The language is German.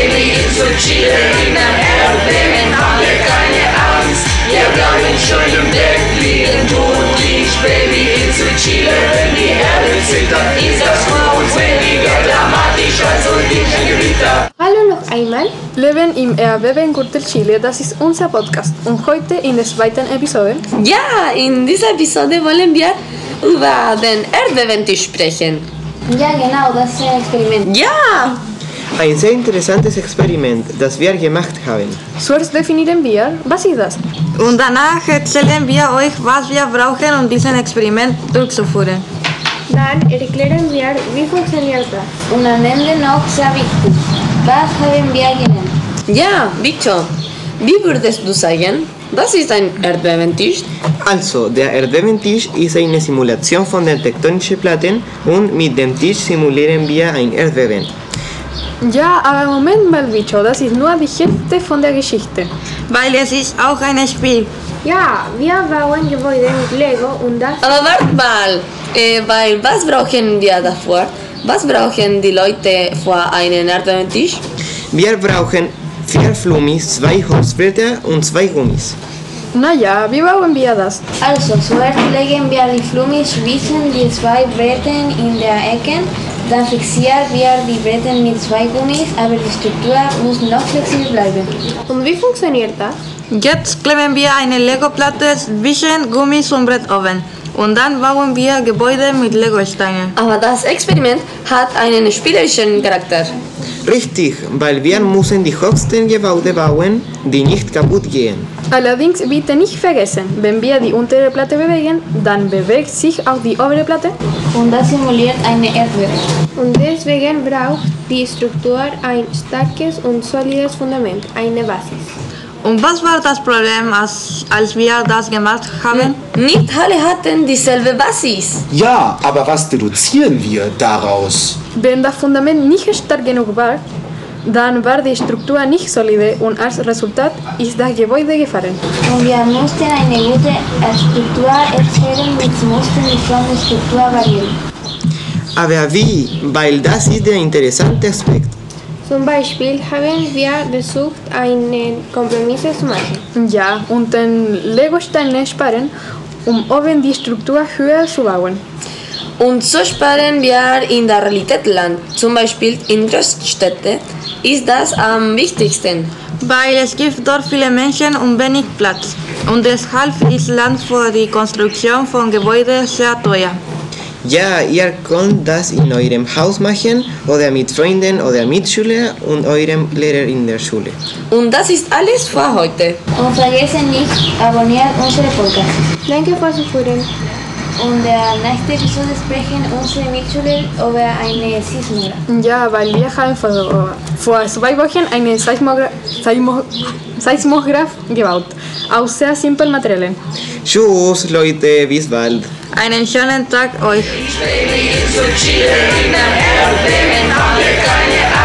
zum Cheerleader, deswegen haben wir keine Angst. Wir bleiben schön im Deck liegen, du und ich, Baby, in zum Chile, wenn die Erde zittert, ist das für uns weniger dramatisch als so dicken Gewitter. Hallo noch einmal. Leben im Erdbeben Gürtel Chile, das ist unser Podcast. Und heute in der zweiten Episode Ja, in dieser Episode wollen wir über den Erdbeben sprechen. Ja, genau, das ist ein Experiment. Ja! Ein sehr interessantes Experiment, das wir gemacht haben. zuerst definieren wir, was ist das? Und danach erzählen wir euch, was wir brauchen, um diesen Experiment durchzuführen. Dann erklären wir, wie funktioniert das. Und am Ende noch sehr wichtig. Was haben wir gelernt? Ja, Bicho, wie würdest du sagen, das ist ein Erdbebentisch? Also, der Erdbebentisch ist eine Simulation von den tektonischen Platten und mit dem Tisch simulieren wir ein Erdbeben. Ja, aber Moment mal, Bicho, das ist nur die Hälfte von der Geschichte. Weil es ist auch ein Spiel. Ja, wir bauen Gebäude mit Lego und das Aber warte mal, äh, weil was brauchen wir davor? Was brauchen die Leute für einen Erdbebentisch? Wir brauchen vier Flummis, zwei Holzbretter und zwei Gummis. Naja, wie bauen wir das? Also, zuerst legen wir die Flummis zwischen die zwei Bretten in der Ecke. Dann fixieren wir die Bretten mit zwei Gummis, aber die Struktur muss noch flexibel bleiben. und wie funktioniert das? Jetzt kleben wir eine Lego-Platte zwischen Gummis und Brettofen. Und dann bauen wir Gebäude mit Lego-Steinen. Aber das Experiment hat einen spielerischen Charakter. Richtig, weil wir müssen die höchsten Gebäude bauen, die nicht kaputt gehen. Allerdings bitte nicht vergessen, wenn wir die untere Platte bewegen, dann bewegt sich auch die obere Platte. Und das simuliert eine Erdbeben. Und deswegen braucht die Struktur ein starkes und solides Fundament, eine Basis. Und was war das Problem, als, als wir das gemacht haben? Nicht alle hatten dieselbe Basis. Ja, aber was deduzieren wir daraus? Wenn das Fundament nicht stark genug war, dann war die Struktur nicht solide und als Resultat ist das Gebäude gefallen. Und wir mussten eine gute Struktur erstellen, jetzt mussten die Frontstruktur variieren. Aber wie? Weil das ist der interessante Aspekt. Zum Beispiel haben wir versucht, einen Kompromiss zu machen. Ja, und den Legosteine sparen, um oben die Struktur höher zu bauen. Und so sparen wir in der Realität Land. Zum Beispiel in Großstädten ist das am wichtigsten. Weil es gibt dort viele Menschen und wenig Platz. Und deshalb ist Land für die Konstruktion von Gebäuden sehr teuer. Ja, ihr könnt das in eurem Haus machen oder mit Freunden oder Mitschülern und eurem Lehrer in der Schule. Und das ist alles für heute. Und vergessen nicht, abonniert unsere Podcast. Danke fürs Zuhören. Und der nächste Episode sprechen unsere Mitschüler über eine Sismografie. Ja, weil wir haben vor, vor zwei Wochen einen Seismogra Seismo Seismograph gebaut, aus sehr simplen Materialien. Tschüss, Leute, bis bald. Einen schönen Tag euch. Baby, it's a cheerleader, Erdbeben haben wir keine